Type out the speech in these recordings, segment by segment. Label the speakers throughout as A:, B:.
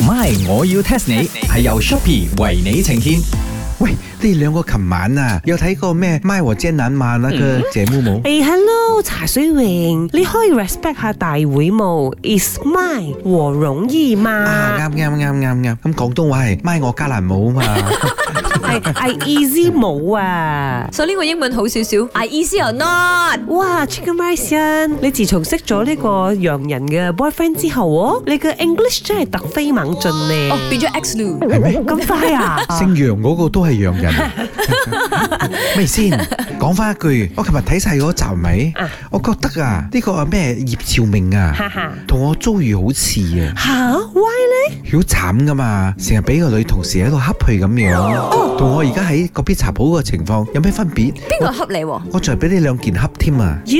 A: MY，我要 test 你係由 Shopee 為你呈現。
B: 喂，你兩個琴晚啊，有睇過咩《賣我艱難嗎》那個
C: 嗯
B: 節目冇？
C: 誒、hello，茶水榮，你可以 respect 下大會冇？Is my 和容易
B: 啊，
C: 嘛？
B: 啱啱啱啱啱，咁廣東話係賣我加蘭舞啊 嘛。
C: 係係 easy à. 冇啊！
D: 所以呢個英文好少少，I easy or not？
C: 哇，Chicken Rice，你自從識咗呢個洋人嘅 boyfriend 之後，哦，你嘅 English 真係突飛猛進
D: 哦，
C: 呢！
D: 變咗 X 了。
B: 係咩？
C: 咁快啊！
B: 姓楊嗰個都係洋 人。咪先，講翻一句， 我琴日睇晒嗰集咪
C: 啊，
B: 我覺得啊，呢個咩葉兆明
C: 哈
B: 啊，
C: 哈
B: 同我遭遇好似啊，
C: 吓，why 咧？
B: 好慘噶嘛，成日俾個女同事喺度恰佢咁
C: 哦
B: 樣，同我而家喺嗰邊茶鋪個情況有咩分別？
D: 邊個恰你喎？
B: 我仲係俾你兩件恰添啊！
C: 呀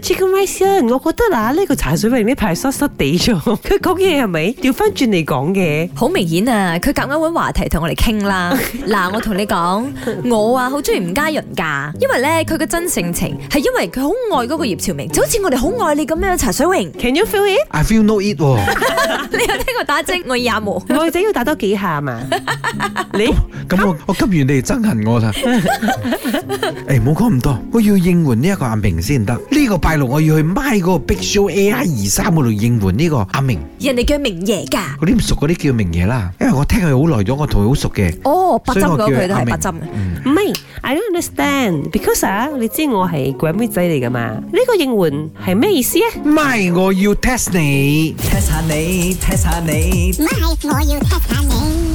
C: ，Chicken Rice，我覺得啊，呢個茶水榮呢排濕濕地咗，佢講嘢係咪調翻轉嚟講嘅？
D: 好明顯啊，佢夾硬揾話題同我哋傾啦。嗱，我同你講，我啊好中意吳家潤㗎，因為咧佢嘅真性情係因為佢好愛嗰個葉朝明，就好似我哋好愛你咁樣。茶水榮，
C: Can you feel it？
B: I feel no it 喎、
D: 你有聽過打針我也冇。
C: 女仔要打多幾下嘛？你
B: 咁我我急完你哋憎恨我啦。誒唔好講咁多，我要應援呢一個阿明先得。呢、個拜六我要去 my 嗰個 Big Show AI 二三嗰度應援呢個阿明。
D: 人哋叫明爺㗎。
B: 嗰啲唔熟嗰啲叫明爺啦，因為我聽佢好耐咗，我同佢好熟嘅。
D: 哦，八
B: 所
D: 針
B: 以我
D: 嗰
B: 叫
D: 佢
B: 佢
D: 都
B: 阿
D: 係
B: 明
D: 八針嘅。
B: 嗯
C: 唔係，I don't understand，because 啊，你知我係鬼妹仔嚟噶嘛？呢個應援係咩意思啊？
B: my 我要 test 你
A: test 下你，test 下你
E: My，我要 test 下你。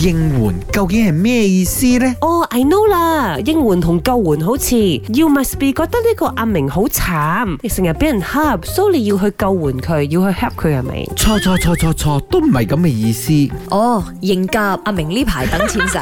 B: 應援究竟係咩意思呢？
C: 哦、i know 啦，應援同救援好似，you must be 覺得呢個阿明好慘，成日俾人恰，所以你要去救援佢，要去恰佢係咪？
B: 錯錯錯錯錯，都唔係咁嘅意思。
D: 哦，應急。阿明呢排等錢使，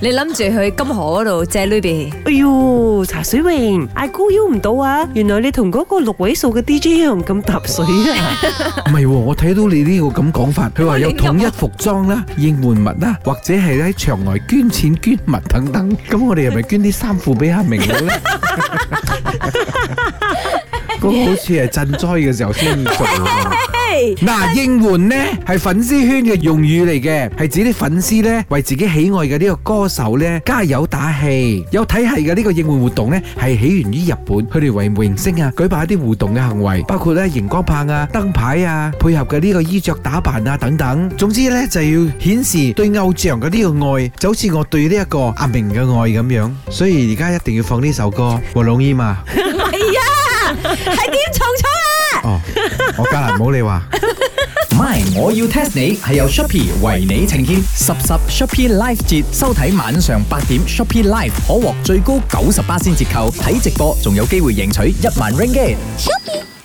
D: 你諗住去金河嗰度借女幣？
C: 哎呦，茶水榮，I 估 you 唔到啊！原來你同嗰個六位數嘅 DJ 一樣咁搭水啊！
B: 唔係喎，我睇到你呢個咁講法，佢話有統一服裝啦、應援物啦，或者係喺場內捐錢捐物等等。咁我哋係咪捐啲衫褲俾阿明佬咧？嗰個好似係賑災嘅時候先做嘅。嗱，應援呢係粉絲圈嘅用語嚟嘅，係指啲粉絲呢為自己喜愛嘅呢個歌手呢加油打氣。有體系嘅呢個應援活動呢係起源於日本，佢哋為明星啊舉辦一啲互動嘅行為，包括呢熒光棒啊、燈牌啊，配合嘅呢個衣着打扮啊等等。總之呢，就要顯示對偶像嘅呢個愛，就好似我對呢一個阿明嘅愛咁樣。所以而家一定要放呢首歌《和龍伊嘛
D: 唔係啊，係點重重啊？》。
B: 哦，我加蘭冇你話。
A: ，MY 我要 test 你係由 Shopee 為你呈現。十十 Shopee Live 節收睇晚上八點，Shopee Live 可獲最高九十八先折扣，睇直播仲有機會贏取一萬 ringgit。
E: Shopee